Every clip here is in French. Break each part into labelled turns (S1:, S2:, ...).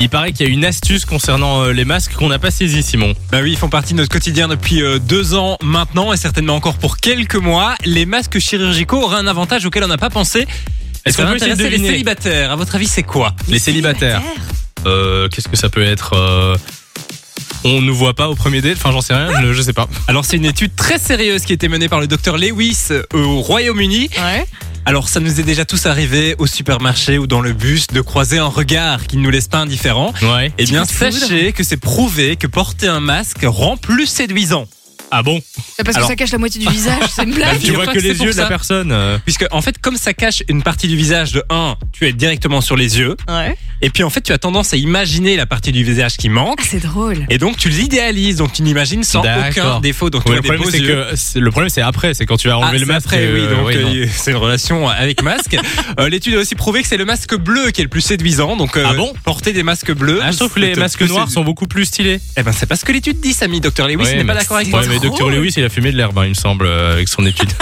S1: Il paraît qu'il y a une astuce concernant euh, les masques qu'on n'a pas saisi, Simon.
S2: Bah oui, ils font partie de notre quotidien depuis euh, deux ans maintenant et certainement encore pour quelques mois. Les masques chirurgicaux auraient un avantage auquel on n'a pas pensé.
S1: Est-ce
S2: Est-ce qu'on
S1: qu'on peut
S2: peut
S1: essayer de
S2: intéresser les
S1: deviner
S2: célibataires À votre avis, c'est quoi
S1: Les célibataires. Euh, Qu'est-ce que ça peut être euh, On nous voit pas au premier date Enfin, j'en sais rien, je, je sais pas.
S2: Alors, c'est une étude très sérieuse qui a été menée par le docteur Lewis euh, au Royaume-Uni.
S3: Ouais.
S2: Alors, ça nous est déjà tous arrivé au supermarché ou dans le bus de croiser un regard qui ne nous laisse pas indifférents.
S1: Ouais.
S2: Eh bien,
S3: coup de foudre.
S2: sachez que c'est prouvé que porter un masque rend plus séduisant.
S1: Ah bon
S3: C'est Bah, Parce
S2: Alors-
S3: que ça cache la moitié du visage, c'est une blague.
S1: Tu vois
S2: pas
S1: que
S2: Ah, que c'est
S1: les
S2: pour
S1: yeux de la
S2: ça.
S1: personne. euh.
S2: Puisque, en fait, comme ça cache une partie du visage de 1, tu es directement sur les yeux.
S3: Ouais.
S2: Et puis, en fait, tu as tendance à imaginer la partie du visage qui manque.
S3: Ah, c'est drôle.
S2: Et donc, tu l'idéalises. Donc, tu l'imagines sans
S1: D'accord.
S2: aucun défaut. Donc, tu
S1: Ouais,
S2: as
S1: le
S2: des
S1: problème,
S2: beaux
S1: c'est
S2: yeux.
S1: que c'est- le problème, c'est après, c'est quand tu as
S2: Ah,
S1: enlevé le
S2: c'est
S1: masque.
S2: après, oui,
S1: euh,
S2: donc
S1: ouais, non.
S2: euh, c'est une relation avec masque. Euh, L'étude a aussi prouvé que c'est le masque bleu qui est le plus séduisant. Donc, euh,
S1: Ah bon
S2: porter des masques bleus.
S1: Ah, je trouve que les
S2: c'est
S1: masques
S2: plus
S1: noirs
S2: sédu-
S1: sont beaucoup plus stylés.
S2: Eh ben, c'est pas ce que l'étude dit, Samy. Docteur Lewis
S1: Ouais,
S2: n'est pas
S1: mais-
S2: d'accord avec moi.
S1: Ouais, mais Dr.
S3: drôle.
S1: Lewis, il a fumé de l'herbe, hein, il me semble, euh, avec son étude.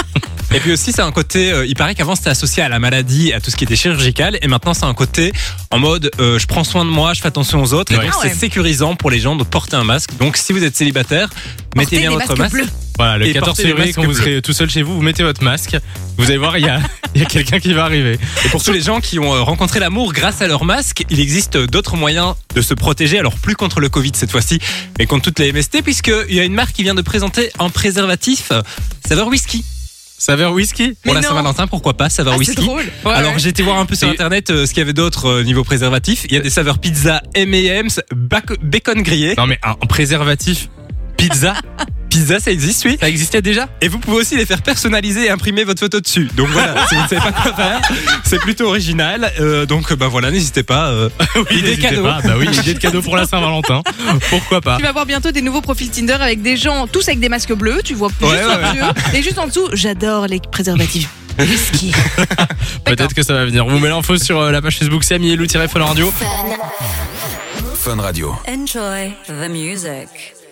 S2: Et puis aussi, c'est un côté. euh, il paraît qu'avant, c'était associé à la maladie, à tout ce qui était chirurgical. Et maintenant, c'est un côté en mode euh, je prends soin de moi, je fais attention aux autres. Et
S1: Ouais.
S2: donc,
S3: Ah ouais.
S2: c'est sécurisant pour les gens de porter un masque. Donc, si vous êtes célibataire, mettez
S3: Portez
S2: bien
S3: des
S2: votre
S3: masques
S2: masque.
S3: bleus.
S1: Voilà, le
S2: Et
S1: 14
S2: portez des
S1: février,
S2: masques
S1: quand vous
S2: bleus.
S1: serez tout seul chez vous, vous mettez votre masque. Vous allez voir, il y a, il y a quelqu'un qui va arriver.
S2: Et pour tous les gens qui ont euh, rencontré l'amour grâce à leur masque, il existe euh, d'autres moyens de se protéger. Alors plus contre le Covid cette fois-ci, mais contre toutes les MST, puisqu'il y a une marque qui vient de présenter un préservatif euh, saveur whisky.
S1: Saveur whisky
S2: Pour
S3: Mais
S2: la
S3: non.
S2: Saint-Valentin, pourquoi pas saveur
S3: Ah, c'est
S2: whisky
S3: drôle. Ouais,
S2: Alors
S3: ouais.
S2: j'ai été voir un peu sur
S1: Et-
S2: internet euh, ce qu'il y avait d'autre euh, niveau préservatif. Il y a des saveurs pizza, M&M's, bac- bacon grillé.
S1: Non, mais un, un préservatif pizza,
S2: Pizza, ça existe, oui.
S1: ça existait déjà
S2: Et vous pouvez aussi les faire personnaliser et imprimer votre photo dessus. Donc voilà, si vous ne savez pas quoi faire, c'est plutôt original. Euh, donc bah voilà, n'hésitez pas. euh,
S1: Oui,
S2: Idée
S1: n'hésitez
S2: cadeau.
S1: pas. Bah oui, idée de cadeau pour la Saint-Valentin. Pourquoi pas
S3: Tu vas voir bientôt des nouveaux profils Tinder avec des gens tous avec des masques bleus, tu vois plus
S2: Ouais,
S3: juste
S2: ouais,
S3: leurs yeux. Et juste en dessous, j'adore les préservatifs. Whisky. D'accord.
S1: Peut-être que ça va venir. On vous met l'info sur euh, la page Facebook Samy et Lou Radio.
S4: Fun Radio.
S5: Enjoy the music.